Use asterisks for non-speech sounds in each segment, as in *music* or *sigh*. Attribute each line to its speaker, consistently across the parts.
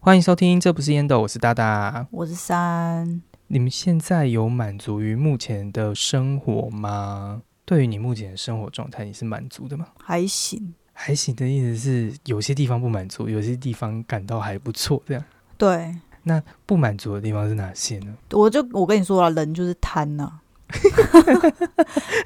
Speaker 1: 欢迎收听，这不是烟斗，我是大大。
Speaker 2: 我是三，
Speaker 1: 你们现在有满足于目前的生活吗？对于你目前的生活状态，你是满足的吗？
Speaker 2: 还行。
Speaker 1: 还行的意思是，有些地方不满足，有些地方感到还不错。这样，
Speaker 2: 对，
Speaker 1: 不满足的地方是哪些呢？
Speaker 2: 我就我跟你说了，啊人就是贪呐、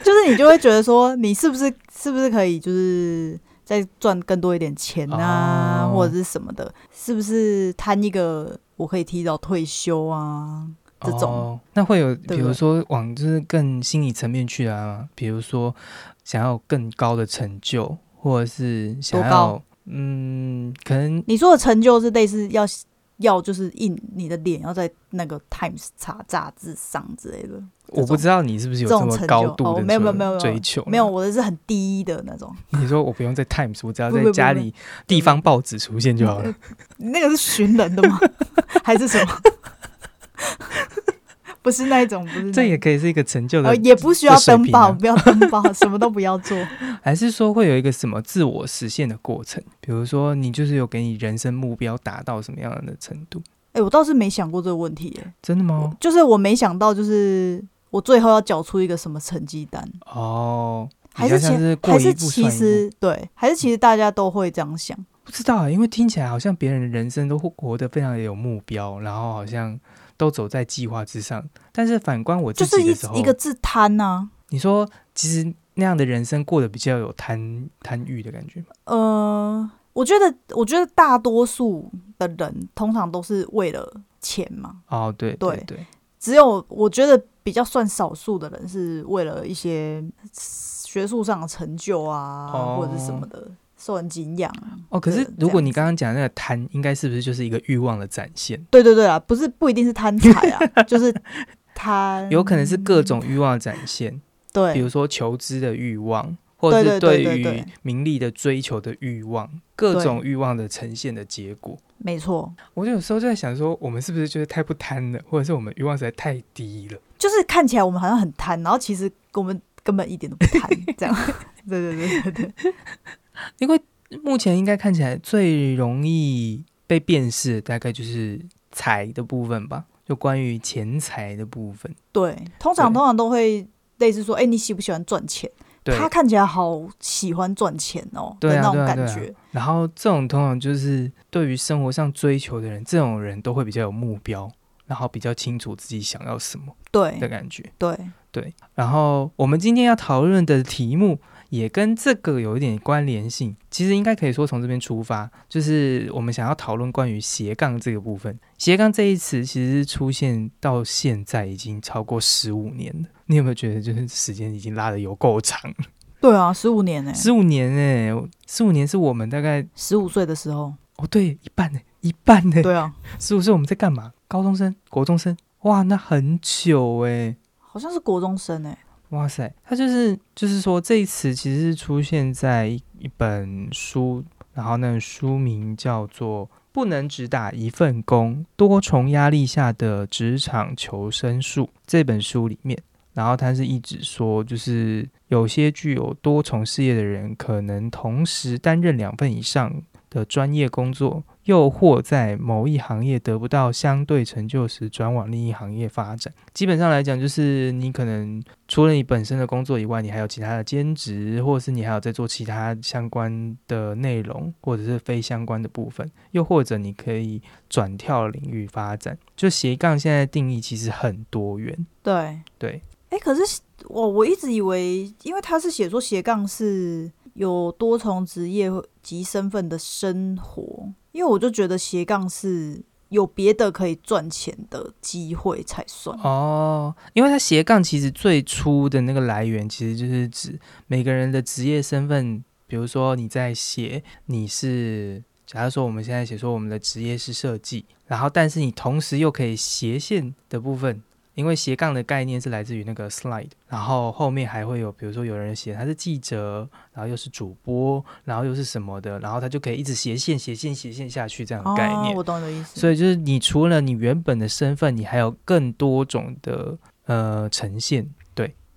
Speaker 2: 就是你就会觉得说，你是不是是不是可以就是再赚更多一点钱啊，
Speaker 1: 哦
Speaker 2: 或者是什么的，是不是贪一个我可以提早退休啊？这种
Speaker 1: 哦、那会有，比
Speaker 2: 对
Speaker 1: 如说往就是更心理层面去啊，比如说想要有更高的成就，或者是想
Speaker 2: 多
Speaker 1: 要
Speaker 2: 高
Speaker 1: 嗯，可能
Speaker 2: 你说的成就是类似要要就是印你的脸要在那个 Times 杂杂志上之类的，
Speaker 1: 我不知道你是不是有
Speaker 2: 这
Speaker 1: 这
Speaker 2: 种
Speaker 1: 么
Speaker 2: 成就
Speaker 1: 高度
Speaker 2: 哦
Speaker 1: 的、
Speaker 2: 没有没有没有没有
Speaker 1: 追求，
Speaker 2: 没有，。我的是很低的那种，
Speaker 1: 你说我不用在 Times，我只要
Speaker 2: 不
Speaker 1: 在
Speaker 2: 不不
Speaker 1: 家
Speaker 2: 不嗯
Speaker 1: 里地方报纸出现就好了。
Speaker 2: 你那个是寻人
Speaker 1: *laughs*
Speaker 2: 的吗？还是什么？ *laughs* 不是那一种，不是那一种
Speaker 1: 这也可以是一个成就
Speaker 2: 嗯哦，
Speaker 1: 的，
Speaker 2: 也不需要
Speaker 1: 的水
Speaker 2: 登
Speaker 1: 平啊
Speaker 2: 报，不要登报，
Speaker 1: *laughs*
Speaker 2: 什么都不要做。
Speaker 1: 还是说会有一个什么自我实现的过程？比如说你就是有给你人生目标达到什么样的程度？
Speaker 2: 哎、我倒是没想过这个问题、耶
Speaker 1: 真的吗？
Speaker 2: 就是我没想到，就是我最后要缴出一个什么成绩单，
Speaker 1: 哦，
Speaker 2: 还
Speaker 1: 比较
Speaker 2: 是
Speaker 1: 像
Speaker 2: 其
Speaker 1: 是过
Speaker 2: 还
Speaker 1: 一
Speaker 2: 是
Speaker 1: 步
Speaker 2: 其
Speaker 1: 算一步
Speaker 2: 实对，还是其实大家都会这样想。
Speaker 1: 不知道欸，因为听起来好像别人的人生都活得非常有目标，然后好像都走在计划之上。但是反观我
Speaker 2: 就
Speaker 1: 自
Speaker 2: 是
Speaker 1: 己
Speaker 2: 一
Speaker 1: 的时候，
Speaker 2: 一个字贪啊呐、
Speaker 1: 你说其实那样的人生过得比较有贪贪欲的感觉吗？
Speaker 2: 呃，我觉得，我觉得大多数的人通常都是为了钱嘛，
Speaker 1: 哦，对对
Speaker 2: 对
Speaker 1: 对，
Speaker 2: 只有我觉得比较算少数的人是为了一些学术上的成就啊，
Speaker 1: 哦
Speaker 2: 或者是什么的，受人敬仰啊。
Speaker 1: 哦，可是
Speaker 2: 对
Speaker 1: 如果你
Speaker 2: 这
Speaker 1: 刚
Speaker 2: 样子
Speaker 1: 刚讲的那个贪，应该是不是就是一个欲望的展现？
Speaker 2: 对对对啊，不是不一定是贪财
Speaker 1: *laughs*
Speaker 2: 啊，就是贪，
Speaker 1: 有可能是各种欲望的展现，比如
Speaker 2: 嗯对
Speaker 1: 说求知的欲望，或者是
Speaker 2: 对对对对
Speaker 1: 于
Speaker 2: 对
Speaker 1: 名利的追求的欲望，各
Speaker 2: 对
Speaker 1: 种欲望的呈现的结果。
Speaker 2: 没错，
Speaker 1: 我有时候就在想说，我们是不是就是太不贪了，或者是我们欲望实在太低了？
Speaker 2: 就是看起来我们好像很贪，然后其实我们根本一点都不贪，
Speaker 1: *laughs*
Speaker 2: 这样。对对对对对，
Speaker 1: 因为目前应该看起来最容易被辨识，大概就是财的部分吧，就关于钱财的部分。
Speaker 2: 对，通常
Speaker 1: 对
Speaker 2: 通常都会类似说，哎、你喜不喜欢赚钱？
Speaker 1: 对，
Speaker 2: 他看起来好喜欢赚钱哦
Speaker 1: 对
Speaker 2: 的
Speaker 1: 啊
Speaker 2: 那种
Speaker 1: 对啊
Speaker 2: 感
Speaker 1: 对啊
Speaker 2: 觉，
Speaker 1: 然后这种通常就是对于生活上追求的人，这种人都会比较有目标，然后比较清楚自己想要什么
Speaker 2: 对
Speaker 1: 的感觉。
Speaker 2: 对
Speaker 1: 对，然后我们今天要讨论的题目也跟这个有一点关联性，其实应该可以说从这边出发，就是我们想要讨论关于斜杠这个部分。斜杠这一词其实出现到现在已经超过十五年了，你有没有觉得就是时间已经拉的有够长？
Speaker 2: 对啊，十五年呢、1
Speaker 1: 十五年哎、十五年是我们大概
Speaker 2: 十五岁的时候，
Speaker 1: 哦对一半呢、一半呢、
Speaker 2: 对啊，
Speaker 1: 十五岁我们在干嘛？高中生、国中生，哇，那很久哎、
Speaker 2: 好像是国中生哎、
Speaker 1: 哇塞，它就是就是说这一词其实是出现在一一本书，然后那本书名叫做《不能只打一份工：多重压力下的职场求生术》这本书里面。然后它是一直说，就是有些具有多重事业的人，可能同时担任两份以上的专业工作，又或在某一行业得不到相对成就时，转往另一行业发展。基本上来讲，就是你可能除了你本身的工作以外，你还有其他的兼职，或者是你还有在做其他相关的内容，或者是非相关的部分，又或者你可以转跳领域发展。就斜杠现在的定义其实很多元，
Speaker 2: 对，哎、
Speaker 1: 对，
Speaker 2: 可是我我一直以为，因为他是写作斜杠是有多重职业及身份的生活，因为我就觉得斜杠是有别的可以赚钱的机会才算。
Speaker 1: 哦，因为它斜杠其实最初的那个来源，其实就是指每个人的职业身份。比如说你在写你是，假如说我们现在写说我们的职业是设计，然后但是你同时又可以斜线的部分，因为斜杠的概念是来自于那个 slide，然后后面还会有，比如说有人写他是记者，然后又是主播，然后又是什么的，然后他就可以一直斜线斜线斜线下去这样的概念。
Speaker 2: 哦，我懂你的意思。
Speaker 1: 所以就是你除了你原本的身份，你还有更多种的呃呈现。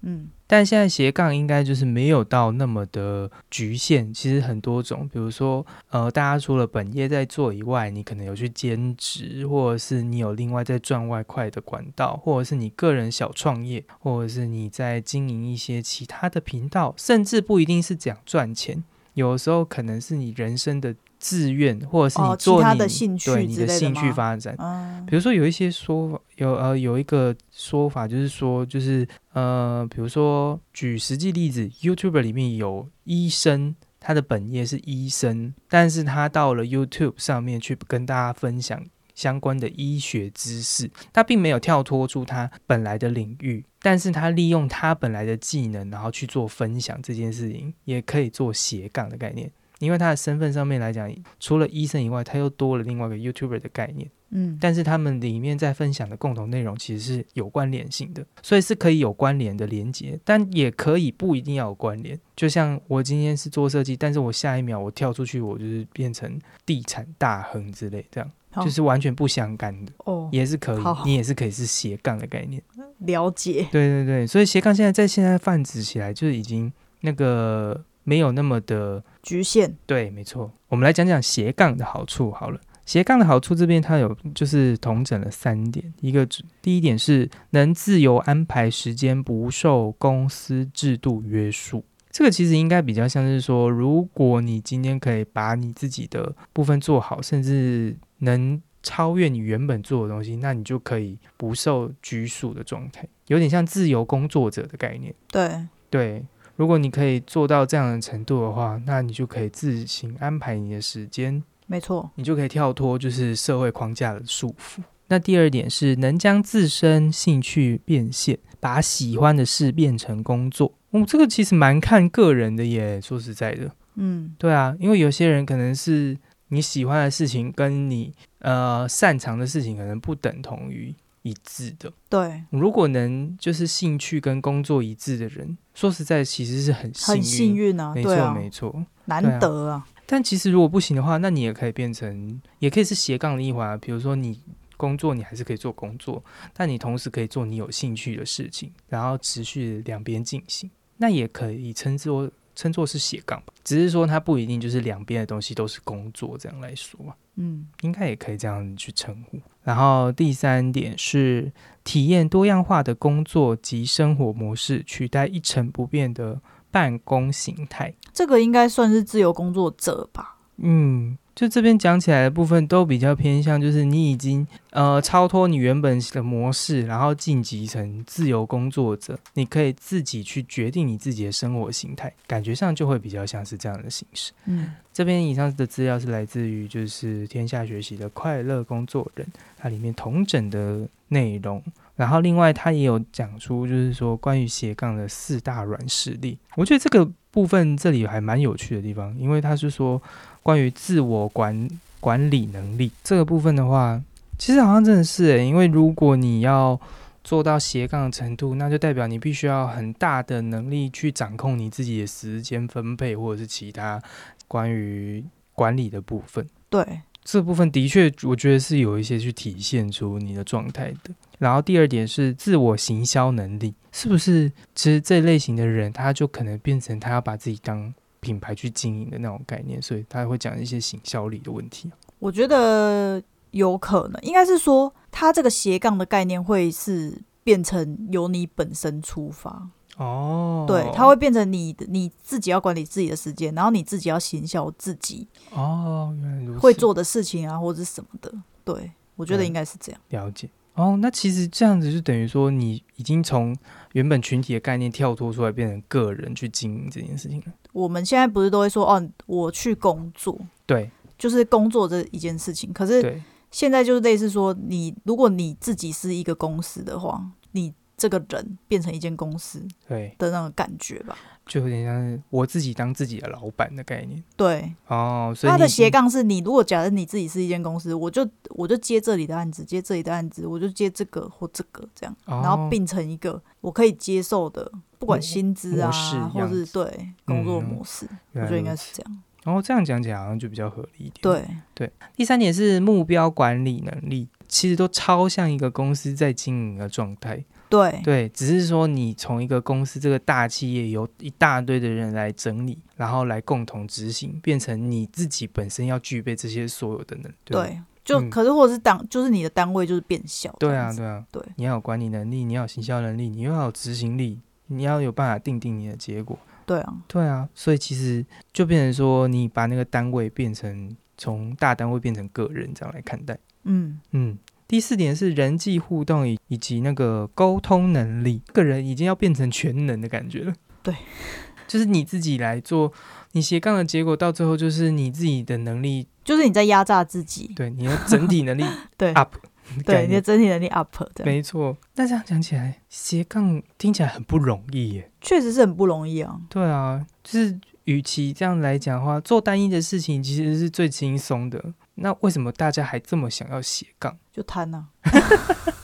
Speaker 2: 嗯，
Speaker 1: 但现在斜杠应该就是没有到那么的局限，其实很多种，比如说呃，大家除了本业在做以外，你可能有去兼职，或者是你有另外在赚外快的管道，或者是你个人小创业，或者是你在经营一些其他的频道，甚至不一定是讲赚钱，有的时候可能是你人生的志愿，或者是你
Speaker 2: 哦其
Speaker 1: 做你、
Speaker 2: 他的兴趣
Speaker 1: 对你
Speaker 2: 之类的
Speaker 1: 兴趣
Speaker 2: 吗
Speaker 1: 发展。
Speaker 2: 嗯，
Speaker 1: 比如说有一些说法，有呃有一个说法就是说，就是呃，比如说举实际例子，YouTube 里面有医生，他的本业是医生，但是他到了 YouTube 上面去跟大家分享相关的医学知识，他并没有跳脱出他本来的领域，但是他利用他本来的技能，然后去做分享这件事情，也可以做斜杠的概念。因为他的身份上面来讲，除了医生以外，他又多了另外一个 YouTuber 的概念。
Speaker 2: 嗯，
Speaker 1: 但是他们里面在分享的共同内容其实是有关联性的，所以是可以有关联的连接，但也可以不一定要有关联。就像我今天是做设计，但是我下一秒我跳出去，我就是变成地产大亨之类，这样
Speaker 2: 好
Speaker 1: 就是完全不相干的，
Speaker 2: 哦，
Speaker 1: 也是可以
Speaker 2: 好，
Speaker 1: 你也是可以是斜杠的概念。
Speaker 2: 了解，
Speaker 1: 对对对，所以斜杠现在在现在泛指起来，就是已经那个没有那么的
Speaker 2: 局限
Speaker 1: 对，没错。我们来讲讲斜杠的好处好了。斜杠的好处这边它有就是统整了三点，一个第一点是能自由安排时间，不受公司制度约束。这个其实应该比较像是说，如果你今天可以把你自己的部分做好，甚至能超越你原本做的东西，那你就可以不受拘束的状态，有点像自由工作者的概念。
Speaker 2: 对，
Speaker 1: 对，如果你可以做到这样的程度的话，那你就可以自行安排你的时间，
Speaker 2: 没错，
Speaker 1: 你就可以跳脱就是社会框架的束缚。那第二点是能将自身兴趣变现，把喜欢的事变成工作。哦，这个其实蛮看个人的耶，说实在的。
Speaker 2: 嗯，
Speaker 1: 对啊，因为有些人可能是你喜欢的事情跟你呃擅长的事情可能不等同于一致的。
Speaker 2: 对，
Speaker 1: 如果能就是兴趣跟工作一致的人，说实在其实是很幸运，
Speaker 2: 很幸运啊，
Speaker 1: 没
Speaker 2: 对
Speaker 1: 错、
Speaker 2: 啊，
Speaker 1: 没错。
Speaker 2: 难得啊，
Speaker 1: 但其实如果不行的话，那你也可以变成，也可以是斜杠的一环啊。比如说你工作，你还是可以做工作，但你同时可以做你有兴趣的事情，然后持续两边进行，那也可以称之为称作是斜杠吧。只是说它不一定就是两边的东西都是工作这样来说啊。
Speaker 2: 嗯，
Speaker 1: 应该也可以这样去称呼。然后第三点是体验多样化的工作及生活模式，取代一成不变的办公形态。
Speaker 2: 这个应该算是自由工作者吧，
Speaker 1: 嗯，就这边讲起来的部分都比较偏向，就是你已经呃超脱你原本的模式，然后晋级成自由工作者，你可以自己去决定你自己的生活形态，感觉上就会比较像是这样的形式。
Speaker 2: 嗯，
Speaker 1: 这边以上的资料是来自于就是天下学习的快乐工作人，它里面同整的内容。然后另外它也有讲出就是说关于斜杠的四大软实力，我觉得这个部分这里还蛮有趣的地方，因为它是说关于自我管管理能力这个部分的话，其实好像真的是欸诶，因为如果你要做到斜杠的程度，那就代表你必须要很大的能力去掌控你自己的时间分配，或者是其他关于管理的部分。
Speaker 2: 对，
Speaker 1: 这部分的确，我觉得是有一些去体现出你的状态的。然后第二点是自我行销能力，是不是？其实这类型的人，他就可能变成他要把自己当品牌去经营的那种概念，所以他会讲一些行销力的问题。
Speaker 2: 我觉得有可能，应该是说他这个斜杠的概念会是变成由你本身出发，
Speaker 1: 哦
Speaker 2: 对，它会变成你的你自己要管理自己的时间，然后你自己要行销自己
Speaker 1: 哦，原来如此，
Speaker 2: 会做的事情啊，或者是什么的，对。我觉得
Speaker 1: 嗯
Speaker 2: 应该是这样，
Speaker 1: 了解。哦，那其实这样子就等于说，你已经从原本群体的概念跳脱出来，变成个人去经营这件事情了。
Speaker 2: 我们现在不是都会说哦，我去工作，
Speaker 1: 对
Speaker 2: 就是工作这一件事情。可是
Speaker 1: 对，
Speaker 2: 现在就是类似说你，如果你自己是一个公司的话，你这个人变成一间公司
Speaker 1: 对，
Speaker 2: 的那种感觉吧。
Speaker 1: 就有点像是我自己当自己的老板的概念。
Speaker 2: 对，
Speaker 1: 哦，所以
Speaker 2: 他的
Speaker 1: 你已经
Speaker 2: 斜杠是你如果假设你自己是一间公司，我就我就接这里的案子，接这里的案子，我就接这个或这个这样，
Speaker 1: 哦、
Speaker 2: 然后并成一个我可以接受的，不管
Speaker 1: 模
Speaker 2: 薪资啊
Speaker 1: 模式一，样
Speaker 2: 或是对工作
Speaker 1: 嗯
Speaker 2: 模式，我
Speaker 1: 原来
Speaker 2: 觉得应该
Speaker 1: 如
Speaker 2: 是这样。
Speaker 1: 此哦，这样讲起来好像就比较合理一点。，
Speaker 2: 对，
Speaker 1: 第三点是目标管理能力，其实都超像一个公司在经营的状态。
Speaker 2: 对
Speaker 1: 对，只是说你从一个公司这个大企业由一大堆的人来整理，然后来共同执行，变成你自己本身要具备这些所有的能力。对
Speaker 2: 对，就、
Speaker 1: 嗯
Speaker 2: 可是或者是当就是你的单位就是变小这
Speaker 1: 对啊，
Speaker 2: 样子，
Speaker 1: 对啊，
Speaker 2: 对
Speaker 1: 你要有管理能力，你要有行销能力，你又要有执行力，你要有办法定定你的结果。
Speaker 2: 对啊，
Speaker 1: 对啊，所以其实就变成说，你把那个单位变成从大单位变成个人这样来看待。
Speaker 2: 嗯
Speaker 1: 嗯，第四点是人际互动以以及那个沟通能力，这个人已经要变成全能的感觉了。
Speaker 2: 对，
Speaker 1: *laughs* 就是你自己来做，你斜杠的结果到最后就是你自己的能力，
Speaker 2: 就是你在压榨自己，
Speaker 1: 对你的整体能力
Speaker 2: 对
Speaker 1: up 的概
Speaker 2: *laughs* 对，你的
Speaker 1: 念。
Speaker 2: 整体能力 up 这样，
Speaker 1: 没错，那这样讲起来，斜杠听起来很不容易耶。
Speaker 2: 确实是很不容易啊。
Speaker 1: 对啊，就是与其这样来讲的话，做单一的事情其实是最轻松的。那为什么大家还这么想要斜杠？
Speaker 2: 就贪啊呐、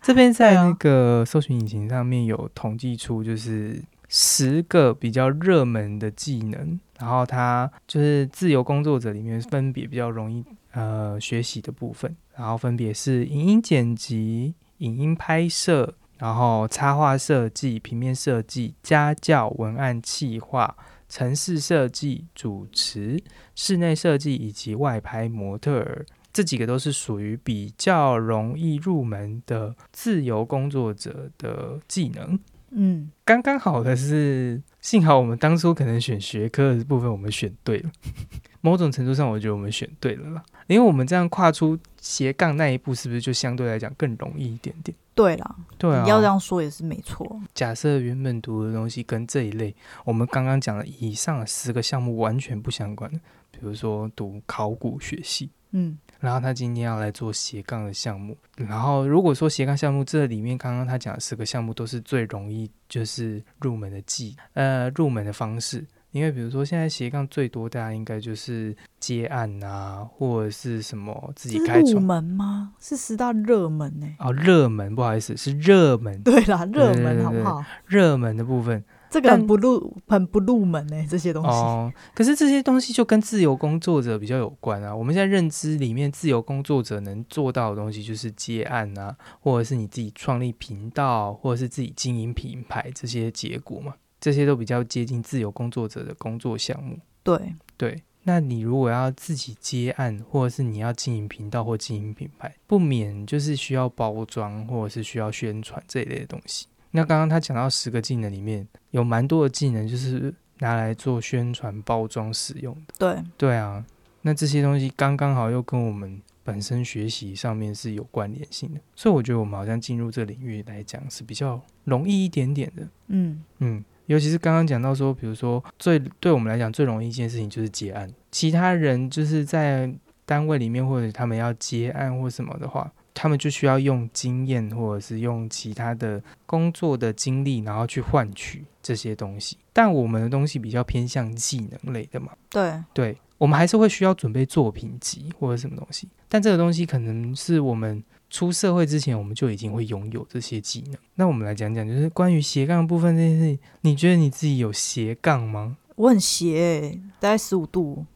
Speaker 1: 这边在
Speaker 2: 对啊
Speaker 1: 那个搜寻引擎上面有统计出，就是十个比较热门的技能，然后它就是自由工作者里面分别比较容易呃学习的部分，然后分别是影音剪辑、影音拍摄，然后插画设计、平面设计、家教、文案企划。城市设计、主持、室内设计以及外拍模特儿，这几个都是属于比较容易入门的自由工作者的技能。
Speaker 2: 嗯，
Speaker 1: 刚刚好的是，幸好我们当初可能选学科的部分，我们选对了。 *laughs* 某种程度上，我觉得我们选对了啦，因为我们这样跨出斜杠那一步，是不是就相对来讲更容易一点点？
Speaker 2: 对啦，
Speaker 1: 对啊，
Speaker 2: 你要这样说也是没错。
Speaker 1: 假设原本读的东西跟这一类我们刚刚讲的以上的十个项目完全不相关的，比如说读考古学系，
Speaker 2: 嗯，
Speaker 1: 然后他今天要来做斜杠的项目，然后如果说斜杠项目这里面刚刚他讲的十个项目都是最容易就是入门的技呃入门的方式，因为比如说现在斜杠最多大家应该就是接案啊，或者是什么自己
Speaker 2: 这
Speaker 1: 开
Speaker 2: 是入
Speaker 1: 创
Speaker 2: 门吗？是十大热门呢、欸
Speaker 1: 哦热门，不好意思是热门
Speaker 2: 对啦，热
Speaker 1: 对对
Speaker 2: 门好不好？
Speaker 1: 热门的部分
Speaker 2: 这个很
Speaker 1: 但
Speaker 2: 不入很不入门呢、这些东西。
Speaker 1: 哦，可是这些东西就跟自由工作者比较有关啊。我们现在认知里面，自由工作者能做到的东西就是接案啊，或者是你自己创立频道，或者是自己经营品牌这些结果嘛，这些都比较接近自由工作者的工作项目。
Speaker 2: 对，
Speaker 1: 对，那你如果要自己接案，或者是你要经营频道或经营品牌，不免就是需要包装或者是需要宣传这一类的东西。那刚刚他讲到十个技能里面，有蛮多的技能就是拿来做宣传、包装使用的。
Speaker 2: 对，
Speaker 1: 对啊，那这些东西刚刚好又跟我们本身学习上面是有关联性的，所以我觉得我们好像进入这领域来讲是比较容易一点点的。
Speaker 2: 嗯，
Speaker 1: 嗯，尤其是刚刚讲到说，比如说最对我们来讲最容易一件事情就是结案，其他人就是在单位里面或者他们要结案或什么的话，他们就需要用经验或者是用其他的工作的经历，然后去换取这些东西。但我们的东西比较偏向技能类的嘛，
Speaker 2: 对，
Speaker 1: 对，我们还是会需要准备作品集或者什么东西，但这个东西可能是我们出社会之前我们就已经会拥有这些技能。那我们来讲讲，就是关于斜杠部分这件事情，你觉得你自己有斜杠吗？ *laughs*
Speaker 2: 我很斜、欸，大概十五度，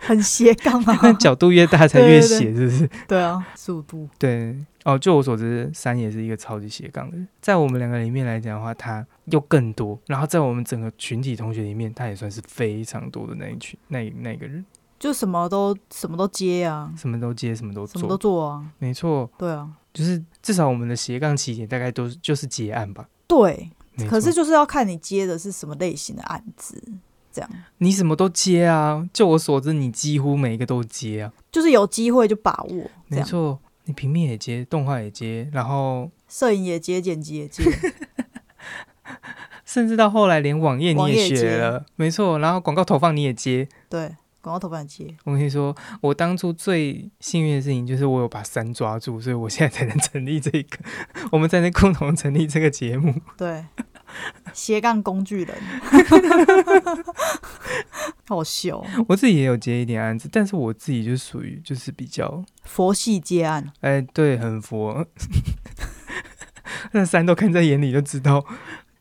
Speaker 2: 很斜杠
Speaker 1: *laughs* 那
Speaker 2: 啊。
Speaker 1: 角度越大才越
Speaker 2: *laughs* 对对
Speaker 1: 斜，是不是？ *laughs*
Speaker 2: 对啊，十五度。
Speaker 1: 对，哦，就我所知，三也是一个超级斜杠的人。在我们两个里面来讲的话，他又更多，然后在我们整个群体同学里面，他也算是非常多的那一群，那那个人，
Speaker 2: 就什么都什么都接啊，
Speaker 1: 什么都接，什么都
Speaker 2: 什
Speaker 1: 做，
Speaker 2: 么都做啊，
Speaker 1: 没错。
Speaker 2: 对啊，
Speaker 1: 就是至少我们的斜杠起点大概都是就是结案吧。
Speaker 2: 对。
Speaker 1: 没
Speaker 2: 可是
Speaker 1: 错
Speaker 2: 就是要看你接的是什么类型的案子，这样
Speaker 1: 你什么都接啊，就我所知，你几乎每一个都接啊。
Speaker 2: 就是有机会就把握，这
Speaker 1: 没
Speaker 2: 样
Speaker 1: 错，你平面也接，动画也接，然后
Speaker 2: 摄影也接，剪辑也接，
Speaker 1: 甚至到后来连网页你
Speaker 2: 网页
Speaker 1: 也
Speaker 2: 也
Speaker 1: 学
Speaker 2: 接
Speaker 1: 了，没错。然后广告投放你也接。
Speaker 2: 对，广告头版也接，
Speaker 1: 我跟你说，我当初最幸运的事情就是我有把三抓住，所以我现在才能成立这个， *laughs* 我们才能共同成立这个节目。
Speaker 2: 对，斜杠工具人， *laughs* 好哦秀，
Speaker 1: 我自己也有接一点案子，但是我自己就属于就是比较
Speaker 2: 佛系接案，
Speaker 1: 哎，对，很佛。那三都看在眼里就知道，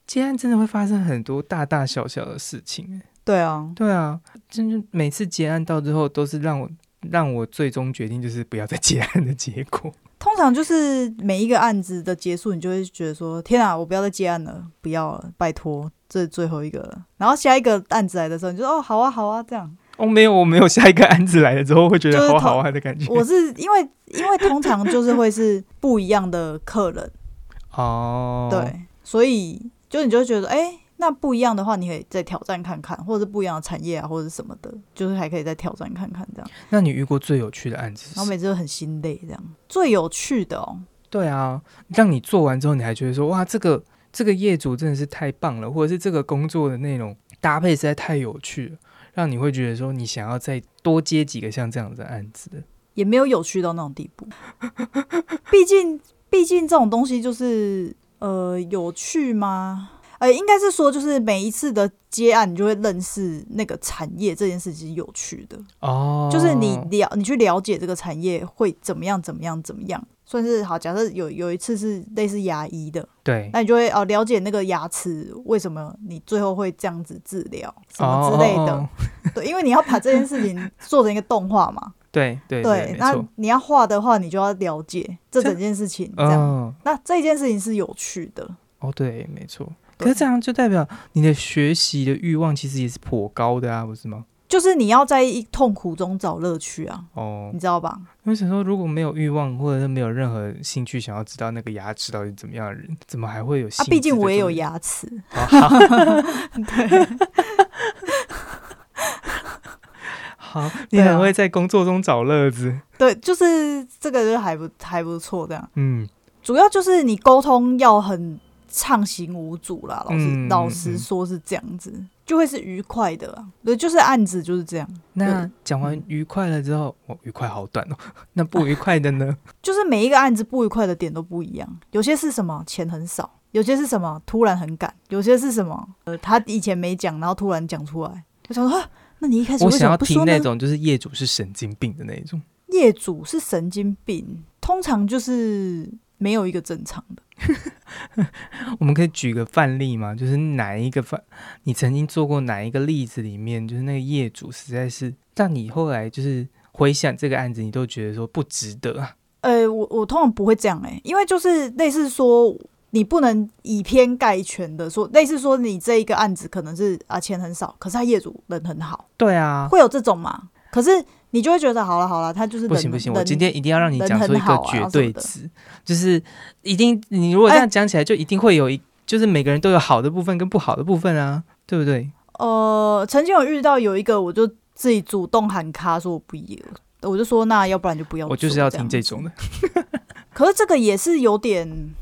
Speaker 1: 接案真的会发生很多大大小小的事情。哎
Speaker 2: 对啊，
Speaker 1: 对啊，真的每次结案到最后都是让我让我最终决定就是不要再结案的结果。
Speaker 2: 通常就是每一个案子的结束，你就会觉得说：“天啊，我不要再接案了，不要了，拜托，这是最后一个了。”然后下一个案子来的时候，你就说：“哦，好啊，好啊，这样。
Speaker 1: 哦，没有，我没有下一个案子来了之后会觉
Speaker 2: 就
Speaker 1: 得
Speaker 2: 是
Speaker 1: 好
Speaker 2: 同
Speaker 1: 好啊玩的感”觉。
Speaker 2: 我是因为因为通常就是会是不一样的客人，
Speaker 1: 哦，，
Speaker 2: 对，所以就你就会觉得，哎、那不一样的话，你可以再挑战看看，或者是不一样的产业啊，或者是什么的，就是还可以再挑战看看这样。
Speaker 1: 那你遇过最有趣的案子是
Speaker 2: 然后
Speaker 1: 什么？
Speaker 2: 每次都很心累，这样最有趣的哦，
Speaker 1: 对啊，让你做完之后，你还觉得说哇，这个这个业主真的是太棒了，或者是这个工作的内容搭配实在太有趣了，让你会觉得说你想要再多接几个像这样的案子。
Speaker 2: 也没有有趣到那种地步。 *laughs* 毕竟，毕竟这种东西就是呃有趣吗？呃，应该是说，就是每一次的接案，你就会认识那个产业这件事情是有趣的，
Speaker 1: 哦，
Speaker 2: 就是你了，你去了解这个产业会怎么样，怎么样，怎么样。算是好，假设有有一次是类似牙医的，
Speaker 1: 对
Speaker 2: 那你就会哦了解那个牙齿为什么你最后会这样子治疗什么之类的，
Speaker 1: 哦哦哦
Speaker 2: *laughs* 对，因为你要把这件事情做成一个动画嘛，
Speaker 1: 对 *laughs* 对
Speaker 2: 对，
Speaker 1: 没
Speaker 2: 那
Speaker 1: 错，
Speaker 2: 你要画的话，你就要了解这整件事情，这样。
Speaker 1: 嗯，
Speaker 2: 那这件事情是有趣的，
Speaker 1: 哦，对，没错。
Speaker 2: 对
Speaker 1: 可是这样就代表你的学习的欲望其实也是颇高的啊，不是吗？
Speaker 2: 就是你要在一痛苦中找乐趣啊，
Speaker 1: 哦
Speaker 2: 你，知道吧？
Speaker 1: 我想说，如果没有欲望，或者是没有任何兴趣想要知道那个牙齿到底是怎么样的人，怎么还会有兴
Speaker 2: 啊，
Speaker 1: 致？
Speaker 2: 毕竟我也有，牙齿，对，
Speaker 1: *laughs* 好，你
Speaker 2: 对
Speaker 1: 很
Speaker 2: 啊
Speaker 1: 会在工作中找乐子。
Speaker 2: 对，就是这个就还不还不错，这样。
Speaker 1: 嗯，
Speaker 2: 主要就是你沟通要很畅行无阻啦，老师、
Speaker 1: 嗯
Speaker 2: 老
Speaker 1: 嗯
Speaker 2: 实
Speaker 1: 嗯
Speaker 2: 说是这样子，就会是愉快的啊。对，就是案子就是这样。
Speaker 1: 那
Speaker 2: 对
Speaker 1: 讲完
Speaker 2: 嗯
Speaker 1: 愉快了之后，哦，愉快好短哦。 *laughs* 那不愉快的
Speaker 2: *laughs*
Speaker 1: 呢？
Speaker 2: 就是每一个案子不愉快的点都不一样，有些是什么钱很少，有些是什么突然很赶，有些是什么呃他以前没讲，然后突然讲出来。我想说，啊那你一开始
Speaker 1: 我
Speaker 2: 为什
Speaker 1: 想
Speaker 2: 么
Speaker 1: 要
Speaker 2: 不
Speaker 1: 听
Speaker 2: 说呢
Speaker 1: 那？种就是业主是神经病的那一
Speaker 2: *laughs*
Speaker 1: 种。
Speaker 2: 业主是神经病，通常就是没有一个正常的。
Speaker 1: 我们可以举个范例吗？就是哪一个范，你曾经做过哪一个例子里面，就是那个业主实在是让你后来就是回想这个案子，你都觉得说不值得啊。
Speaker 2: 呃，我我通常不会这样哎、因为就是类似说。你不能以偏概全的说，类似说你这一个案子可能是啊钱很少，可是他业主人很好，
Speaker 1: 对啊，
Speaker 2: 会有这种嘛？可是你就会觉得好了好了，他就是
Speaker 1: 不
Speaker 2: 人
Speaker 1: 行不行，
Speaker 2: 人
Speaker 1: 我今天一定要让你讲出一
Speaker 2: 人很
Speaker 1: 个
Speaker 2: 好啊
Speaker 1: 绝对值，就是一定你如果这
Speaker 2: 哎
Speaker 1: 样讲起来，就一定会有一，就是每个人都有好的部分跟不好的部分啊，对不对？
Speaker 2: 呃，曾经有遇到有一个，我就自己主动喊卡，说我不要，我就说那要不然就不要做。
Speaker 1: 我就是要
Speaker 2: 样
Speaker 1: 听
Speaker 2: 子
Speaker 1: 这种的。
Speaker 2: 可是这个也是有点，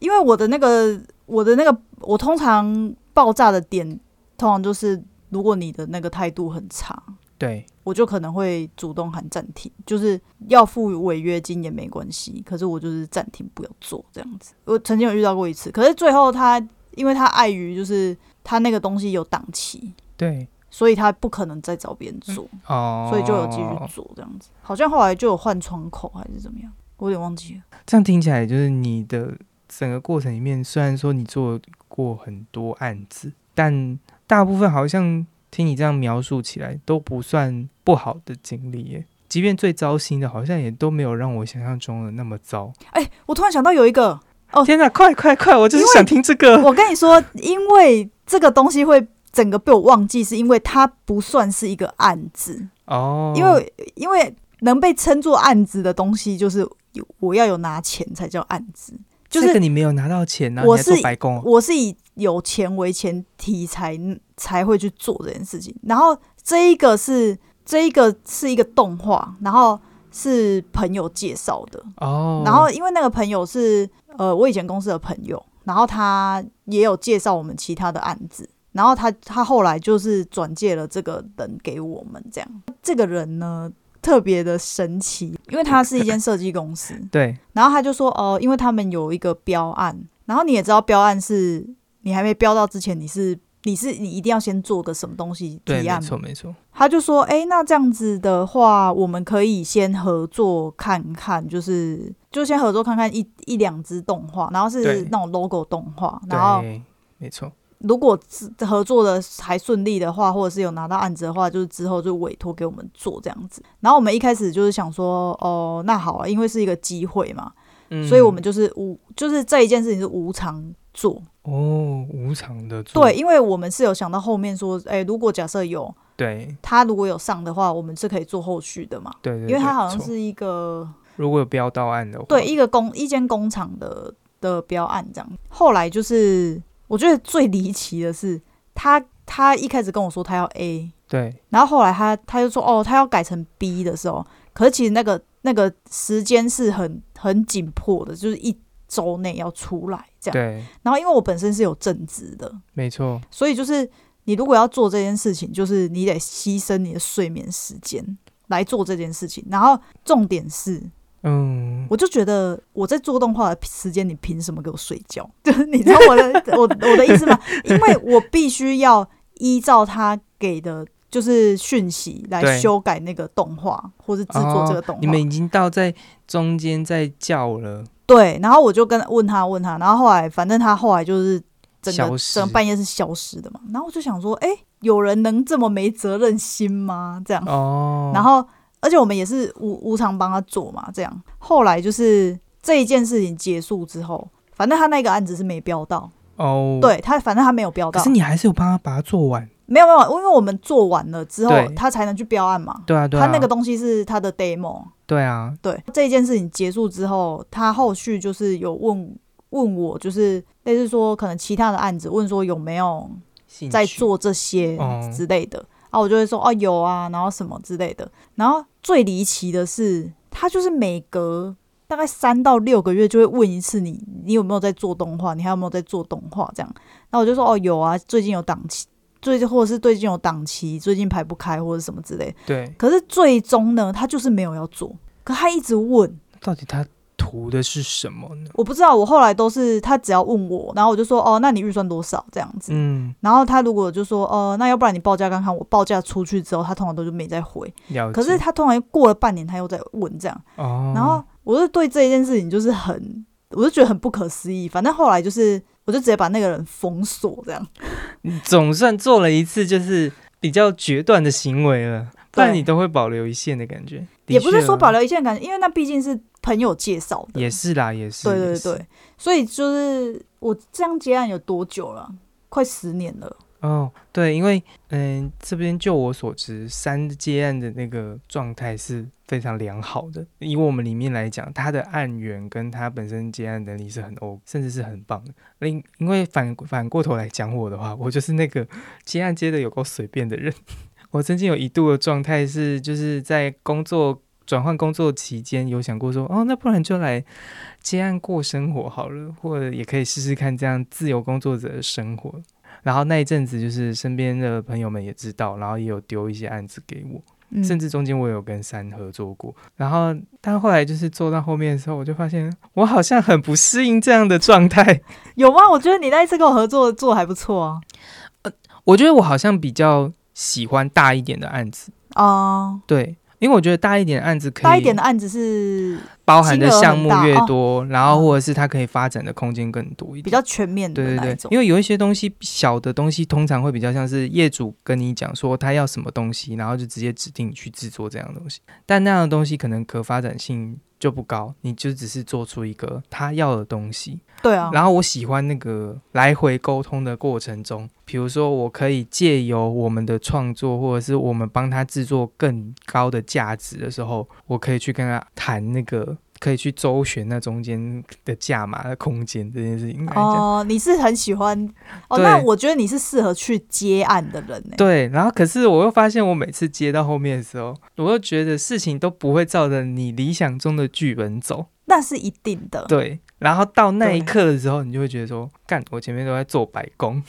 Speaker 2: 因为我的那个我的那个，我通常爆炸的点，通常就是如果你的那个态度很差。
Speaker 1: 对，
Speaker 2: 我就可能会主动喊暂停，就是要付违约金也没关系，可是我就是暂停不要做这样子。我曾经有遇到过一次，可是最后他因为他碍于就是他那个东西有档期，
Speaker 1: 对，
Speaker 2: 所以他不可能再找别人做，
Speaker 1: 哦，
Speaker 2: 所以就有继续做这样子。好像后来就有换窗口还是怎么样，我有点忘记了。
Speaker 1: *laughs* 这样听起来，就是你的整个过程里面，虽然说你做过很多案子，但大部分好像听你这样描述起来，都不算不好的经历耶。即便最糟心的，好像也都没有让我想象中的那么糟。
Speaker 2: 哎、我突然想到有一个，哦
Speaker 1: 天哪，快快快！我就是想听这个。
Speaker 2: 我跟你说，因为这个东西会整个被我忘记，是因为它不算是一个案子，
Speaker 1: 哦，
Speaker 2: 因为因为能被称作案子的东西，就是有我要有拿钱才叫案子，就
Speaker 1: 这个
Speaker 2: 是
Speaker 1: 你没有拿到钱呢、啊，
Speaker 2: 我
Speaker 1: 你还做
Speaker 2: 是
Speaker 1: 白工哦、
Speaker 2: 我是以有钱为前提才才会去做这件事情。然后这一个是这一个是一个动画，然后是朋友介绍的，
Speaker 1: 哦，
Speaker 2: 然后因为那个朋友是呃我以前公司的朋友，然后他也有介绍我们其他的案子，然后他他后来就是转介了这个人给我们，这样这个人呢特别的神奇，因为他是一间设计公司， *laughs*
Speaker 1: 对
Speaker 2: 然后他就说哦、因为他们有一个标案，然后你也知道标案是你还没标到之前你是。你是你一定要先做个什么东西
Speaker 1: 对，
Speaker 2: 提案
Speaker 1: 没
Speaker 2: 嘛
Speaker 1: 错没错，
Speaker 2: 他就说：“诶，那这样子的话，我们可以先合作看看，就是就先合作看看一一两支动画，然后
Speaker 1: 对
Speaker 2: 是那种 logo 动画，然后
Speaker 1: 对，没错，
Speaker 2: 如果自合作的还顺利的话，或者是有拿到案子的话，就是之后就委托给我们做这样子。然后我们一开始就是想说，哦，那好啊，因为是一个机会嘛，
Speaker 1: 嗯
Speaker 2: 所以我们就是无，就是这一件事情是无偿做。
Speaker 1: 哦无偿的做，
Speaker 2: 对，因为我们是有想到后面说，哎、如果假设有
Speaker 1: 对
Speaker 2: 他如果有上的话，我们是可以做后续的嘛，
Speaker 1: 对对，
Speaker 2: 因为
Speaker 1: 对
Speaker 2: 他好像
Speaker 1: 错
Speaker 2: 是一个
Speaker 1: 如果有标到案的话，
Speaker 2: 对，一个工一间工厂的的标案这样。后来就是我觉得最离奇的是，他他一开始跟我说他要 A，
Speaker 1: 对
Speaker 2: 然后后来他他就说哦他要改成 B 的时候，可是其实那个那个时间是很很紧迫的，就是一周内要出来这样。
Speaker 1: 对，
Speaker 2: 然后因为我本身是有正职的，
Speaker 1: 没错，
Speaker 2: 所以就是你如果要做这件事情，就是你得牺牲你的睡眠时间来做这件事情。然后重点是，
Speaker 1: 嗯，
Speaker 2: 我就觉得我在做动画的时间，你凭什么给我睡觉？ *laughs* 就是你知道我的我我的意思吗？因为我必须要依照他给的。就是讯息来
Speaker 1: 对
Speaker 2: 修改那个动画，或是制作这个动
Speaker 1: 哦
Speaker 2: 画、
Speaker 1: 你们已经到在中间在叫了，
Speaker 2: 对，然后我就跟问他问他，然后后来反正他后来就是整
Speaker 1: 消
Speaker 2: 个
Speaker 1: 失
Speaker 2: 整个半夜是消失的嘛，然后我就想说，哎、有人能这么没责任心吗？这样，
Speaker 1: 哦，
Speaker 2: 然后而且我们也是无无偿帮他做嘛，这样，后来就是这一件事情结束之后，反正他那个案子是没标到，
Speaker 1: 哦，，
Speaker 2: 对他反正他没有标
Speaker 1: 可
Speaker 2: 到
Speaker 1: 是，你还是有帮他把它做完，
Speaker 2: 没有没有，因为我们做完了之后
Speaker 1: 对，
Speaker 2: 他才能去标案嘛。
Speaker 1: 对啊，对啊，
Speaker 2: 他那个东西是他的 demo，
Speaker 1: 对啊，
Speaker 2: 对这件事情结束之后，他后续就是有问问我，就是类似说可能其他的案子，问说有没有
Speaker 1: 兴
Speaker 2: 在
Speaker 1: 趣，
Speaker 2: 做这些
Speaker 1: 哦
Speaker 2: 之类的、啊，我就会说哦有啊，然后什么之类的。然后最离奇的是，他就是每隔大概三到六个月就会问一次你，你有没有在做动画，你还有没有在做动画这样。那我就说哦有啊，最近有档期，最近或者是最近有档期，最近排不开或者什么之类的。
Speaker 1: 对，
Speaker 2: 可是最终呢，他就是没有要做，可他一直问。
Speaker 1: 到底他图的是什么呢？
Speaker 2: 我不知道，我后来都是他只要问我，然后我就说哦，那你预算多少这样子。
Speaker 1: 嗯，
Speaker 2: 然后他如果就说哦、那要不然你报价看看。我报价出去之后，他通常都就没再回。
Speaker 1: 了解，
Speaker 2: 可是他通常过了半年，他又在问这样。
Speaker 1: 哦，
Speaker 2: 然后我就对这一件事情就是很，我就觉得很不可思议。反正后来就是，我就直接把那个人封锁这样。
Speaker 1: 你总算做了一次，就是比较决断的行为了，不然
Speaker 2: 对
Speaker 1: 你都会保留一线的啊感觉，
Speaker 2: 也不是说保
Speaker 1: 留，
Speaker 2: 留一线感情，因为那毕竟是朋友介绍的。
Speaker 1: 也是啦，也是，
Speaker 2: 对
Speaker 1: 也
Speaker 2: 对
Speaker 1: 是，
Speaker 2: 对，所以就是我这样接案有多久了？快十年了。
Speaker 1: 哦，对，因为嗯，这边就我所知，三接案的那个状态是非常良好的。以我们里面来讲，他的案源跟他本身接案能力是很 O，甚至是很棒的。因因为反反过头来讲我的话，我就是那个接案接的有够随便的人。 *laughs* 我曾经有一度的状态是，就是在工作转换工作期间，有想过说，哦，那不然就来接案过生活好了，或者也可以试试看这样自由工作者的生活。然后那一阵子，就是身边的朋友们也知道，然后也有丢一些案子给我，
Speaker 2: 嗯
Speaker 1: 甚至中间我有跟三合作过。然后，但后来就是做到后面的时候，我就发现我好像很不适应这样的状态。
Speaker 2: 有吗？我觉得你那一次跟我合作做得还不错啊。
Speaker 1: *laughs* 我觉得我好像比较喜欢大一点的案子，
Speaker 2: 啊、
Speaker 1: 对，因为我觉得大一点的案子可以
Speaker 2: 大一点的案子是
Speaker 1: 包含的项目
Speaker 2: 金额很
Speaker 1: 越
Speaker 2: 大哦
Speaker 1: 多，然后或者是它可以发展的空间更多一点，
Speaker 2: 比较全面的
Speaker 1: 对
Speaker 2: 那
Speaker 1: 对
Speaker 2: 一
Speaker 1: 对
Speaker 2: 种，，
Speaker 1: 因为有一些东西小的东西，通常会比较像是业主跟你讲说他要什么东西，然后就直接指定你去制作这样的东西。但那样的东西可能可发展性就不高，你就只是做出一个他要的东西。
Speaker 2: 对啊，
Speaker 1: 然后我喜欢那个来回沟通的过程中，比如说我可以借由我们的创作，或者是我们帮他制作更高的价值的时候，我可以去跟他谈那个。可以去周旋那中间的价码、的空间这件事情来讲，
Speaker 2: 哦，你是很喜欢哦，
Speaker 1: 对
Speaker 2: 那我觉得你是适合去接案的人欸呢、
Speaker 1: 对，然后可是我又发现，我每次接到后面的时候，我又觉得事情都不会照着你理想中的剧本走。
Speaker 2: 那是一定的，
Speaker 1: 对，然后到那一
Speaker 2: 对
Speaker 1: 刻的时候，你就会觉得
Speaker 2: 嗯
Speaker 1: 说，干，我前面都在做白工。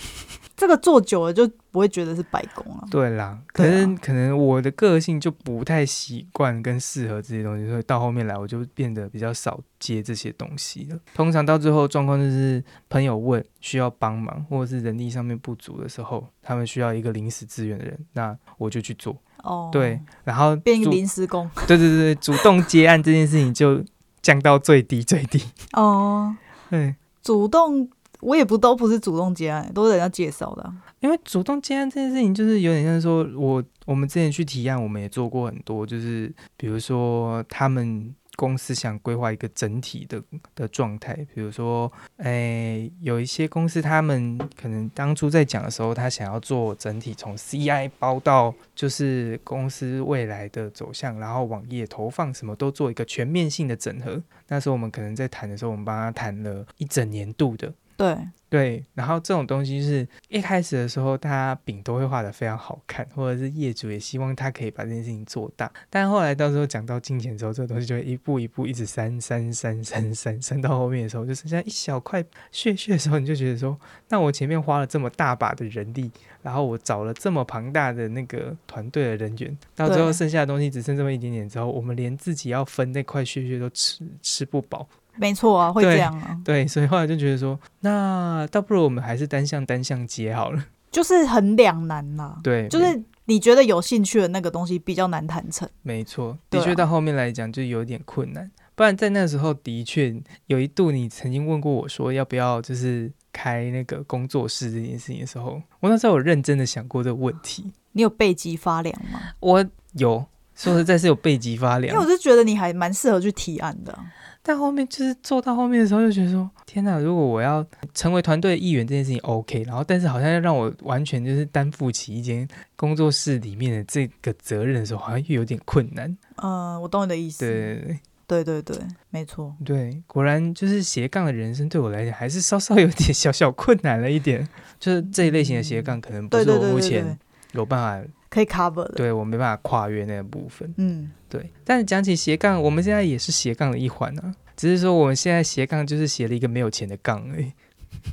Speaker 2: 这个做久了就不会觉得是白工了。
Speaker 1: 对啦，可
Speaker 2: 对啊
Speaker 1: 是、可能我的个性就不太习惯跟适合这些东西，所以到后面来我就变得比较少接这些东西了。通常到最后状况就是朋友问需要帮忙，或者是人力上面不足的时候，他们需要一个临时支援的人，那我就去做。
Speaker 2: 哦，
Speaker 1: 对，，然后
Speaker 2: 变一个
Speaker 1: 主
Speaker 2: 临时工
Speaker 1: 对对对，对主动接案这件事情就降到最低最低。
Speaker 2: 哦，
Speaker 1: 对，
Speaker 2: 主动我也不都不是主动接案，都是人家介绍的啊、
Speaker 1: 因为主动接案这件事情，就是有点像说我我们之前去提案，我们也做过很多，就是比如说他们公司想规划一个整体的的状态，比如说，诶、有一些公司他们可能当初在讲的时候，他想要做整体从 CI 包到就是公司未来的走向，然后网页投放什么都做一个全面性的整合。那时候我们可能在谈的时候，我们帮他谈了一整年度的，
Speaker 2: 对，
Speaker 1: 对，然后这种东西是一开始的时候，大家饼都会画的非常好看，或者是业主也希望他可以把这件事情做大。但后来到时候讲到金钱之后，这个东西就会一步一步一直删删删删删删到后面的时候，就剩下一小块屑屑的时候，你就觉得说，那我前面花了这么大把的人力，然后我找了这么庞大的那个团队的人员，到最后
Speaker 2: 对
Speaker 1: 剩下的东西只剩这么一点点之后，我们连自己要分那块屑屑都吃吃不饱。
Speaker 2: 没错啊，会
Speaker 1: 对
Speaker 2: 这样啊，
Speaker 1: 对，所以后来就觉得说，那倒不如我们还是单向单向接好了。 *laughs*
Speaker 2: 就是很两难啦、
Speaker 1: 对，
Speaker 2: 就
Speaker 1: 没
Speaker 2: 是你觉得有兴趣的那个东西比较难谈成，
Speaker 1: 没错，
Speaker 2: 对
Speaker 1: 的
Speaker 2: 啊
Speaker 1: 确到后面来讲就有点困难。不然在那时候的确有一度，你曾经问过我说要不要就是开那个工作室这件事情的时候，我那时候有认真的想过这个问题。
Speaker 2: 你有背脊发凉吗？
Speaker 1: 我有说实在是有背脊发
Speaker 2: 因
Speaker 1: 凉
Speaker 2: 为我，是觉得你还蛮适合去提案的啊、
Speaker 1: 但后面就是做到后面的时候，就觉得说，天哪！如果我要成为团队的一员这件事情 OK，然后但是好像要让我完全就是担负起一间工作室里面的这个责任的时候，好像又有点困难。
Speaker 2: 嗯，我懂你的意思。
Speaker 1: 对对对
Speaker 2: 对对对，没错。
Speaker 1: 对，果然就是斜杠的人生对我来讲还是稍稍有点小小困难了一点，就是这一类型的斜杠可能不
Speaker 2: 对
Speaker 1: 是
Speaker 2: 对
Speaker 1: 我
Speaker 2: 对
Speaker 1: 目
Speaker 2: 对对
Speaker 1: 前，有办法，
Speaker 2: 可以 cover 的。
Speaker 1: 对我没办法跨越那个部分。
Speaker 2: 嗯，
Speaker 1: 对，但是讲起斜杠，我们现在也是斜杠的一环啊，只是说我们现在斜杠就是斜了一个没有钱的杠而已。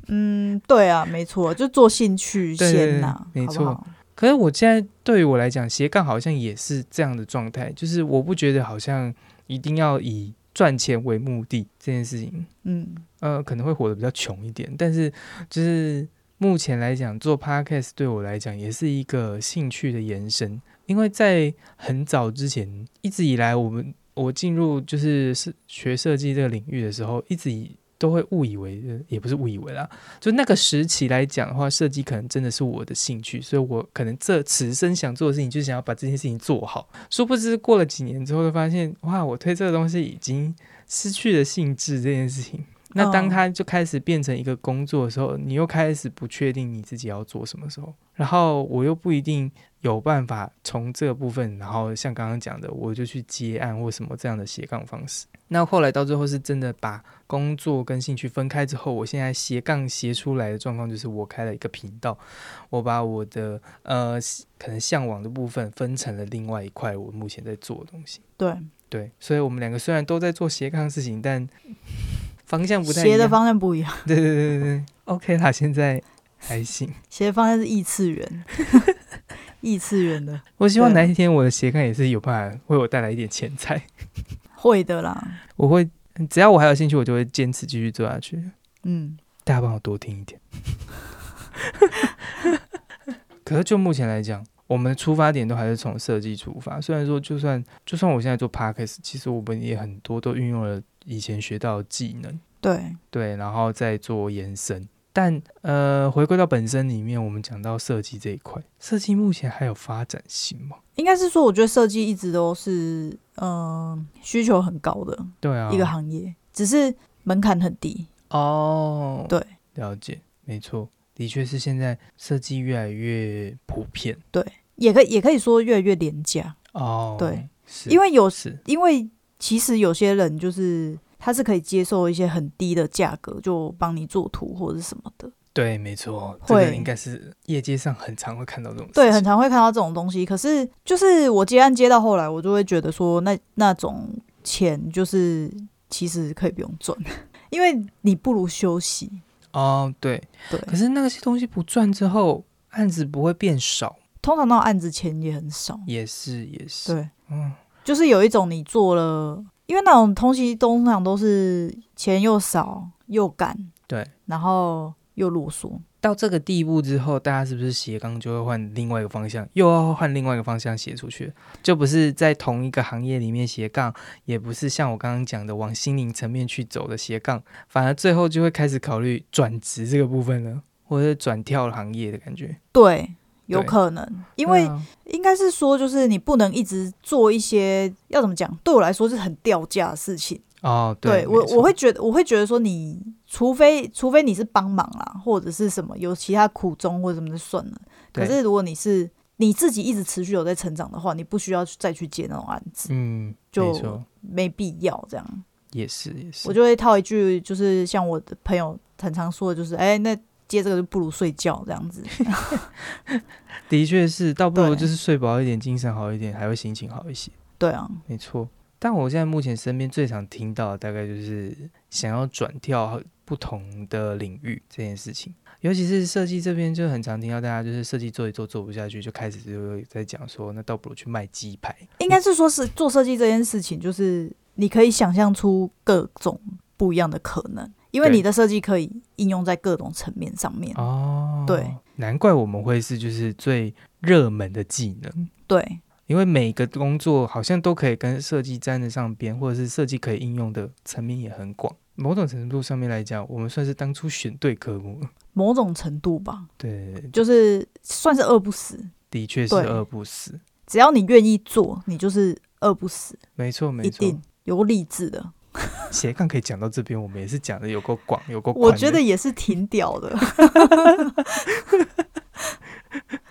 Speaker 2: 嗯，对啊，没错，就做兴趣
Speaker 1: 对对
Speaker 2: 先呐、
Speaker 1: 对没
Speaker 2: 好不
Speaker 1: 错
Speaker 2: 好
Speaker 1: 可是我现在对于我来讲，斜杠好像也是这样的状态，就是我不觉得好像一定要以赚钱为目的这件事情，
Speaker 2: 嗯，
Speaker 1: 呃，可能会活得比较穷一点，但是就是目前来讲，做 podcast 对我来讲也是一个兴趣的延伸，因为在很早之前，一直以来我们我进入就是是学设计这个领域的时候，一直以都会误以为，呃也不是误以为啦，就那个时期来讲的话，设计可能真的是我的兴趣，所以我可能这此生想做的事情就是想要把这件事情做好。殊不知过了几年之后，会发现哇，我对这个东西已经失去了兴致这件事情。那当
Speaker 2: 哦
Speaker 1: 它就开始变成一个工作的时候，你又开始不确定你自己要做什么时候，然后我又不一定有办法从这个部分，然后像刚刚讲的，我就去接案或什么这样的斜杠方式。那后来到最后是真的把工作跟兴趣分开之后，我现在斜杠斜出来的状况就是，我开了一个频道，我把我的呃可能向往的部分分成了另外一块我目前在做的东西。
Speaker 2: 对，
Speaker 1: 对，所以我们两个虽然都在做斜杠的事情，但方向不太一
Speaker 2: 斜
Speaker 1: 样。
Speaker 2: 的方向不一样，
Speaker 1: *laughs* 对对对对对，OK 啦，现在还
Speaker 2: *laughs*
Speaker 1: 行。
Speaker 2: 斜的方向是异次元， *laughs* 异次元的
Speaker 1: 我希望
Speaker 2: 对
Speaker 1: 哪一天我的斜杠也是有办法为我带来一点钱财。
Speaker 2: 会的啦。
Speaker 1: 我会只要我还有兴趣，我就会坚持继续做下去。
Speaker 2: 嗯，
Speaker 1: 大家帮我多听一点。 *laughs* 可是就目前来讲，我们的出发点都还是从设计出发。虽然说，就算就算我现在做 podcast，其实我们也很多都运用了以前学到的技能，
Speaker 2: 对，
Speaker 1: 对，然后再做延伸。但呃，回归到本身里面，我们讲到设计这一块，设计目前还有发展性吗？
Speaker 2: 应该是说，我觉得设计一直都是嗯、需求很高的
Speaker 1: 对啊，
Speaker 2: 一个行业，只是门槛很低。
Speaker 1: 哦，
Speaker 2: 对，
Speaker 1: 了解，没错，的确是现在设计越来越普遍
Speaker 2: 也可以也可以说越来越廉价，
Speaker 1: 哦。
Speaker 2: 对，
Speaker 1: 是
Speaker 2: 因为有
Speaker 1: 是
Speaker 2: 因为其实有些人就是他是可以接受一些很低的价格，就帮你做图或者什么的。
Speaker 1: 对，没错，这个
Speaker 2: 会
Speaker 1: 应该是业界上很常会看到这种事
Speaker 2: 对，
Speaker 1: 情
Speaker 2: 很常会看到这种东西。可是就是我接案接到后来，我就会觉得说那，那种钱就是其实可以不用赚， *laughs* 因为你不如休息。
Speaker 1: 哦，对。
Speaker 2: 对，
Speaker 1: 可是那些东西不赚之后，案子不会变少，
Speaker 2: 通常那种案子钱也很少。
Speaker 1: 也是也是，
Speaker 2: 对，
Speaker 1: 嗯，
Speaker 2: 就是有一种你做了，因为那种东西通常都是钱又少又赶，
Speaker 1: 对，
Speaker 2: 然后又啰嗦。
Speaker 1: 到这个地步之后，大家是不是斜杠就会换另外一个方向，又要换另外一个方向斜出去，就不是在同一个行业里面斜杠，也不是像我刚刚讲的往心灵层面去走的斜杠，反而最后就会开始考虑转职这个部分了，或者是转跳行业的感觉。
Speaker 2: 对，有
Speaker 1: 对
Speaker 2: 可能，因为
Speaker 1: 对啊
Speaker 2: 应该是说，就是你不能一直做一些要怎么讲，对我来说是很掉价的事情。
Speaker 1: 哦，
Speaker 2: 对我
Speaker 1: 没错
Speaker 2: 我会觉得，我会觉得说你，除非除非你是帮忙啦，或者是什么有其他苦衷或者什么就算了。可
Speaker 1: 对
Speaker 2: 是如果你是你自己一直持续有在成长的话，你不需要去再去接那种案子，
Speaker 1: 嗯，
Speaker 2: 就
Speaker 1: 没错，
Speaker 2: 没必要这样。
Speaker 1: 也是也是，
Speaker 2: 我就会套一句，就是像我的朋友很常说的，就是哎、那接这个就不如睡觉这样子。
Speaker 1: 的确是，倒不如
Speaker 2: 对
Speaker 1: 就是睡饱一点，精神好一点，还会心情好一些。
Speaker 2: 对啊，
Speaker 1: 没错，但我现在目前身边最常听到的大概就是想要转跳不同的领域这件事情，尤其是设计这边就很常听到大家就是设计做一做做不下去，就开始就在讲说，那倒不如去卖鸡排。
Speaker 2: 应该是说是做设计这件事情，就是你可以想象出各种不一样的可能，因为
Speaker 1: 对
Speaker 2: 你的设计可以应用在各种层面上面。
Speaker 1: 哦
Speaker 2: 对，
Speaker 1: 难怪我们会是就是最热门的技能。
Speaker 2: 对
Speaker 1: 因为每个工作好像都可以跟设计沾得上边，或者是设计可以应用的层面也很广。某种程度上面来讲，我们算是当初选对科目了。
Speaker 2: 某种程度吧，
Speaker 1: 对，
Speaker 2: 就是算是饿不死，
Speaker 1: 的确是
Speaker 2: 对
Speaker 1: 饿不死。
Speaker 2: 只要你愿意做，你就是饿不死，
Speaker 1: 没错，没
Speaker 2: 一
Speaker 1: 错。
Speaker 2: 定有励志的。
Speaker 1: 斜杠可以讲到这边，我们也是讲的有够广，有够宽的。
Speaker 2: 我觉得也是挺屌的。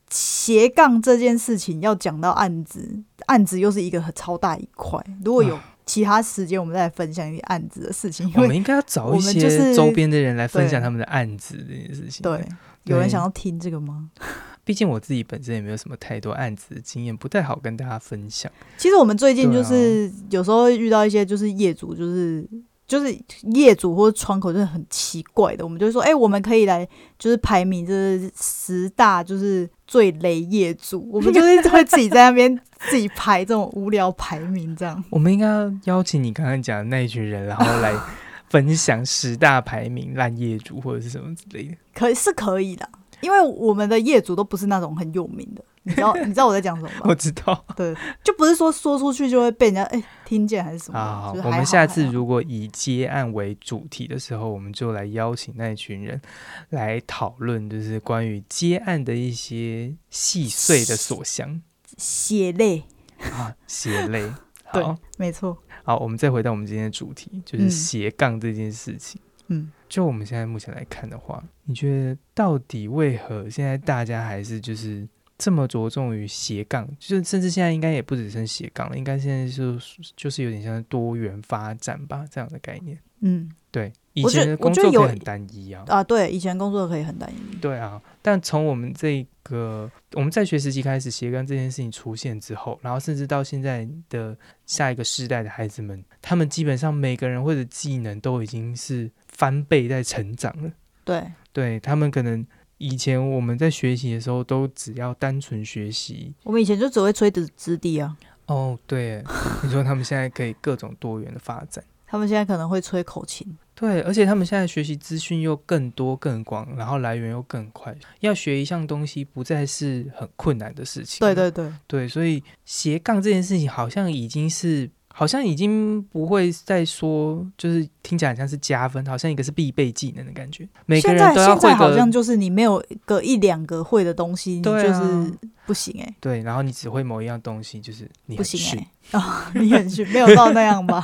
Speaker 2: 斜杠这件事情要讲到案子，案子又是一个很超大一块。如果有其他时间，我们再来分享一些案子的事情，因
Speaker 1: 我
Speaker 2: 为
Speaker 1: 们应该要找
Speaker 2: 我
Speaker 1: 一
Speaker 2: 们就
Speaker 1: 些
Speaker 2: 是
Speaker 1: 周边的人来分享
Speaker 2: 对
Speaker 1: 他们的案子这件事情。，
Speaker 2: 对
Speaker 1: 对
Speaker 2: 有人想要听这个吗？
Speaker 1: 毕竟我自己本身也没有什么太多案子的经验，不太好跟大家分享。
Speaker 2: 其实我们最近
Speaker 1: 对
Speaker 2: 就
Speaker 1: 啊
Speaker 2: 是有时候会遇到一些就是业主就是。就是业主或者窗口就是很奇怪的，我们就会说，哎、我们可以来就是排名这十大就是最雷业主，我们就是会自己在那边 *laughs* 自己排这种无聊排名这样。
Speaker 1: 我们应该要邀请你刚刚讲的那一群人，然后来分享十大排名烂业主或者是什么之类的。
Speaker 2: 可以是可以的，因为我们的业主都不是那种很有名的，你知道 *laughs* 你知 *laughs* 道我在讲什么吧？
Speaker 1: 我知道
Speaker 2: 就不是说说出去就会被人家哎、听见还是什么的。
Speaker 1: 啊，
Speaker 2: 就是
Speaker 1: 我
Speaker 2: 还
Speaker 1: 们
Speaker 2: *laughs* 好
Speaker 1: 下次
Speaker 2: 还好
Speaker 1: 如果以接案为主题的时候，我们就来邀请那一群人来讨论，就是关于接案的一些细碎的所想。
Speaker 2: *laughs* 血泪，
Speaker 1: 啊，血泪。
Speaker 2: 对
Speaker 1: 好，
Speaker 2: 没错，
Speaker 1: 好，我们再回到我们今天的主题，就是
Speaker 2: 嗯
Speaker 1: 斜杠这件事情。
Speaker 2: 嗯，
Speaker 1: 就我们现在目前来看的话，你觉得到底为何现在大家还是就是这么着重于斜杠？就是甚至现在应该也不只剩斜杠了，应该现在就就是有点像是多元发展吧这样的概念。
Speaker 2: 嗯
Speaker 1: 对，以
Speaker 2: 我觉
Speaker 1: 前
Speaker 2: 得
Speaker 1: 的
Speaker 2: 我
Speaker 1: 工
Speaker 2: 觉
Speaker 1: 作可
Speaker 2: 得
Speaker 1: 以
Speaker 2: 有
Speaker 1: 很单一啊，
Speaker 2: 啊，对，以前工作可以很单一，
Speaker 1: 对啊，但从我们这个我们在学时期开始，斜杠这件事情出现之后，然后甚至到现在的下一个世代的孩子们，他们基本上每个人或者技能都已经是翻倍在成长了。
Speaker 2: 对，
Speaker 1: 对他们可能以前我们在学习的时候，都只要单纯学习。
Speaker 2: 我们以前就只会吹直直笛啊，
Speaker 1: 哦， *laughs* 对，你说他们现在可以各种多元的发展。
Speaker 2: 他们现在可能会吹口琴，
Speaker 1: 对，而且他们现在学习资讯又更多更广，然后来源又更快，要学一项东西不再是很困难的事情。
Speaker 2: 对对对，
Speaker 1: 对，所以斜杠这件事情好像已经是，好像已经不会再说，就是听起来很像是加分，好像一个是必备技能的感觉，每个
Speaker 2: 现
Speaker 1: 人
Speaker 2: 在
Speaker 1: 都要
Speaker 2: 现在
Speaker 1: 会
Speaker 2: 好像
Speaker 1: 个。
Speaker 2: 就是你没有个一两个会的东西，你
Speaker 1: 对
Speaker 2: 就
Speaker 1: 啊
Speaker 2: 是不行哎、
Speaker 1: 对，然后你只会某一样东西，就是你
Speaker 2: 不
Speaker 1: 很
Speaker 2: 行
Speaker 1: 逊
Speaker 2: 哎、啊、你很逊，没有到那样吧？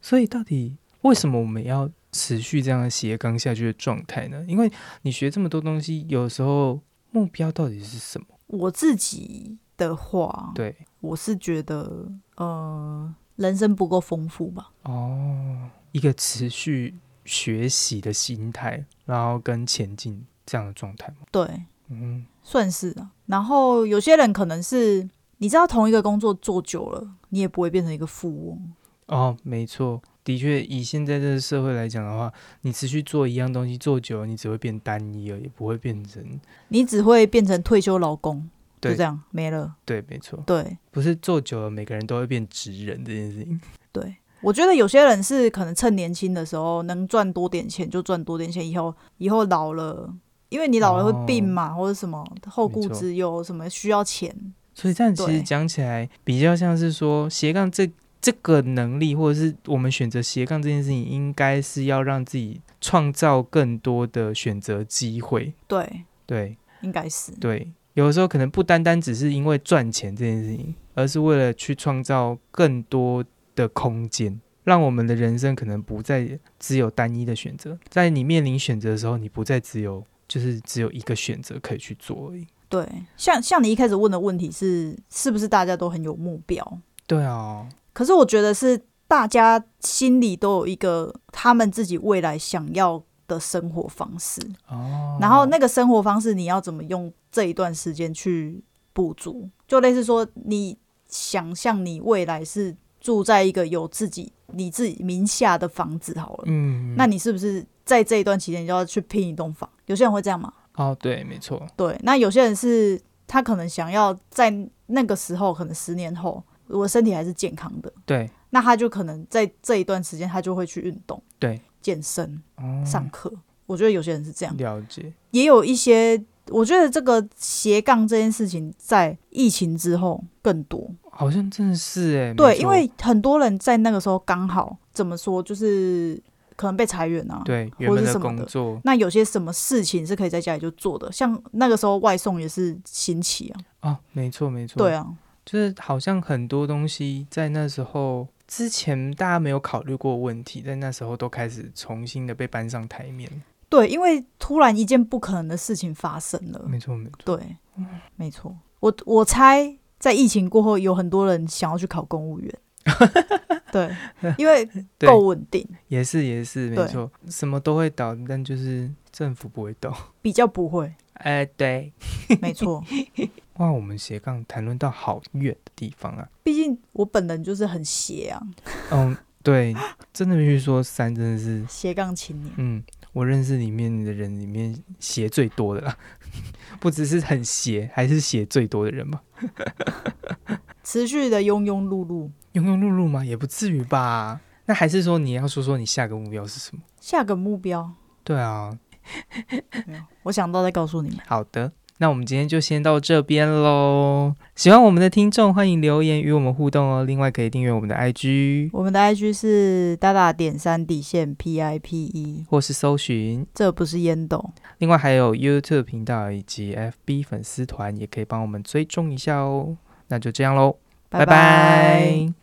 Speaker 1: 所以到底为什么我们要持续这样的斜杠下去的状态呢？因为你学这么多东西，有时候目标到底是什么？
Speaker 2: 我自己的话，
Speaker 1: 对，
Speaker 2: 我是觉得呃，人生不够丰富吧，
Speaker 1: 哦，一个持续学习的心态，然后跟前进这样的状态吗？
Speaker 2: 对，
Speaker 1: 嗯，
Speaker 2: 算是啊。然后有些人可能是你知道同一个工作做久了，你也不会变成一个富翁。
Speaker 1: 哦，没错，的确，以现在这个社会来讲的话，你持续做一样东西做久了，你只会变单一而已，不会变成
Speaker 2: 你只会变成退休老公，就
Speaker 1: 对
Speaker 2: 这样没了。
Speaker 1: 对，没错，
Speaker 2: 对
Speaker 1: 不是做久了每个人都会变直人这件事情。
Speaker 2: 对，我觉得有些人是可能趁年轻的时候能赚多点钱就赚多点钱，以后以后老了，因为你老了会病
Speaker 1: 哦
Speaker 2: 嘛，或者什么后顾之忧，什么需要钱，
Speaker 1: 所以这样其实
Speaker 2: 对
Speaker 1: 讲起来，比较像是说斜杠这这个能力，或者是我们选择斜杠这件事情，应该是要让自己创造更多的选择机会。
Speaker 2: 对，
Speaker 1: 对
Speaker 2: 应该是
Speaker 1: 对，有的时候可能不单单只是因为赚钱这件事情，而是为了去创造更多的空间。让我们的人生可能不再只有单一的选择，在你面临选择的时候，你不再只有就是只有一个选择可以去做而已。
Speaker 2: 对。像像你一开始问的问题是，是不是大家都很有目标？
Speaker 1: 对啊，
Speaker 2: 可是我觉得是大家心里都有一个他们自己未来想要的生活方式，
Speaker 1: 哦，
Speaker 2: 然后那个生活方式你要怎么用这一段时间去补足？就类似说，你想象你未来是住在一个有自己你自己名下的房子好了，
Speaker 1: 嗯，
Speaker 2: 那你是不是在这一段期间你就要去拼一栋房？有些人会这样嘛？
Speaker 1: 哦，对，没错，
Speaker 2: 对，那有些人是他可能想要在那个时候，可能十年后，我身体还是健康的，
Speaker 1: 对
Speaker 2: 那他就可能在这一段时间，他就会去运动、
Speaker 1: 对，
Speaker 2: 健身、
Speaker 1: 哦，
Speaker 2: 上课。我觉得有些人是这样，
Speaker 1: 了解，
Speaker 2: 也有一些，我觉得这个斜杠这件事情在疫情之后更多。
Speaker 1: 好像真的是哎，
Speaker 2: 对，
Speaker 1: 没错
Speaker 2: 因为很多人在那个时候刚好怎么说，就是可能被裁员啊。
Speaker 1: 对
Speaker 2: 或
Speaker 1: 原
Speaker 2: 者
Speaker 1: 本
Speaker 2: 是什么
Speaker 1: 工
Speaker 2: 的
Speaker 1: 作
Speaker 2: 那有些什么事情是可以在家里就做的，像那个时候外送也是兴起啊。
Speaker 1: 啊，没错没错，
Speaker 2: 对，啊，
Speaker 1: 就是好像很多东西在那时候之前大家没有考虑过的问题，在那时候都开始重新的被搬上台面，
Speaker 2: 对，因为突然一件不可能的事情发生了。
Speaker 1: 没错没错，
Speaker 2: 对，没错。我我猜在疫情过后，有很多人想要去考公务员，
Speaker 1: *laughs*
Speaker 2: 对，因为
Speaker 1: 对
Speaker 2: 够稳定，
Speaker 1: 也是也是没
Speaker 2: 对
Speaker 1: 错，什么都会倒，但就是政府不会
Speaker 2: *laughs*
Speaker 1: 倒，
Speaker 2: 比较不会。呃
Speaker 1: 哎对，
Speaker 2: 没错，
Speaker 1: 哇，我们斜杠谈论到好远的地方啊，
Speaker 2: 毕竟我本人就是很斜啊，
Speaker 1: 嗯，对，真的必须说三真的是。
Speaker 2: 斜杠青年。
Speaker 1: 嗯，我认识里面的人里面鞋最多的啦， *laughs* 不只是很鞋，还是鞋最多的人吧。
Speaker 2: 持续的庸庸碌碌。
Speaker 1: 庸庸碌碌吗？也不至于吧。那还是说你要说说你下个目标是什么？
Speaker 2: 下个目标，
Speaker 1: 对啊，
Speaker 2: 没有我想到再告诉你们。
Speaker 1: 好的，那我们今天就先到这边喽。喜欢我们的听众，欢迎留言与我们互动哦。另外可以订阅我们的 IG
Speaker 2: 我们的 IG 是大大点三底线 P I P E，
Speaker 1: 或是搜寻，
Speaker 2: 这不是烟斗。
Speaker 1: 另外还有 YouTube 频道以及 FB 粉丝团，也可以帮我们追踪一下哦。那就这样喽，拜
Speaker 2: 拜
Speaker 1: 拜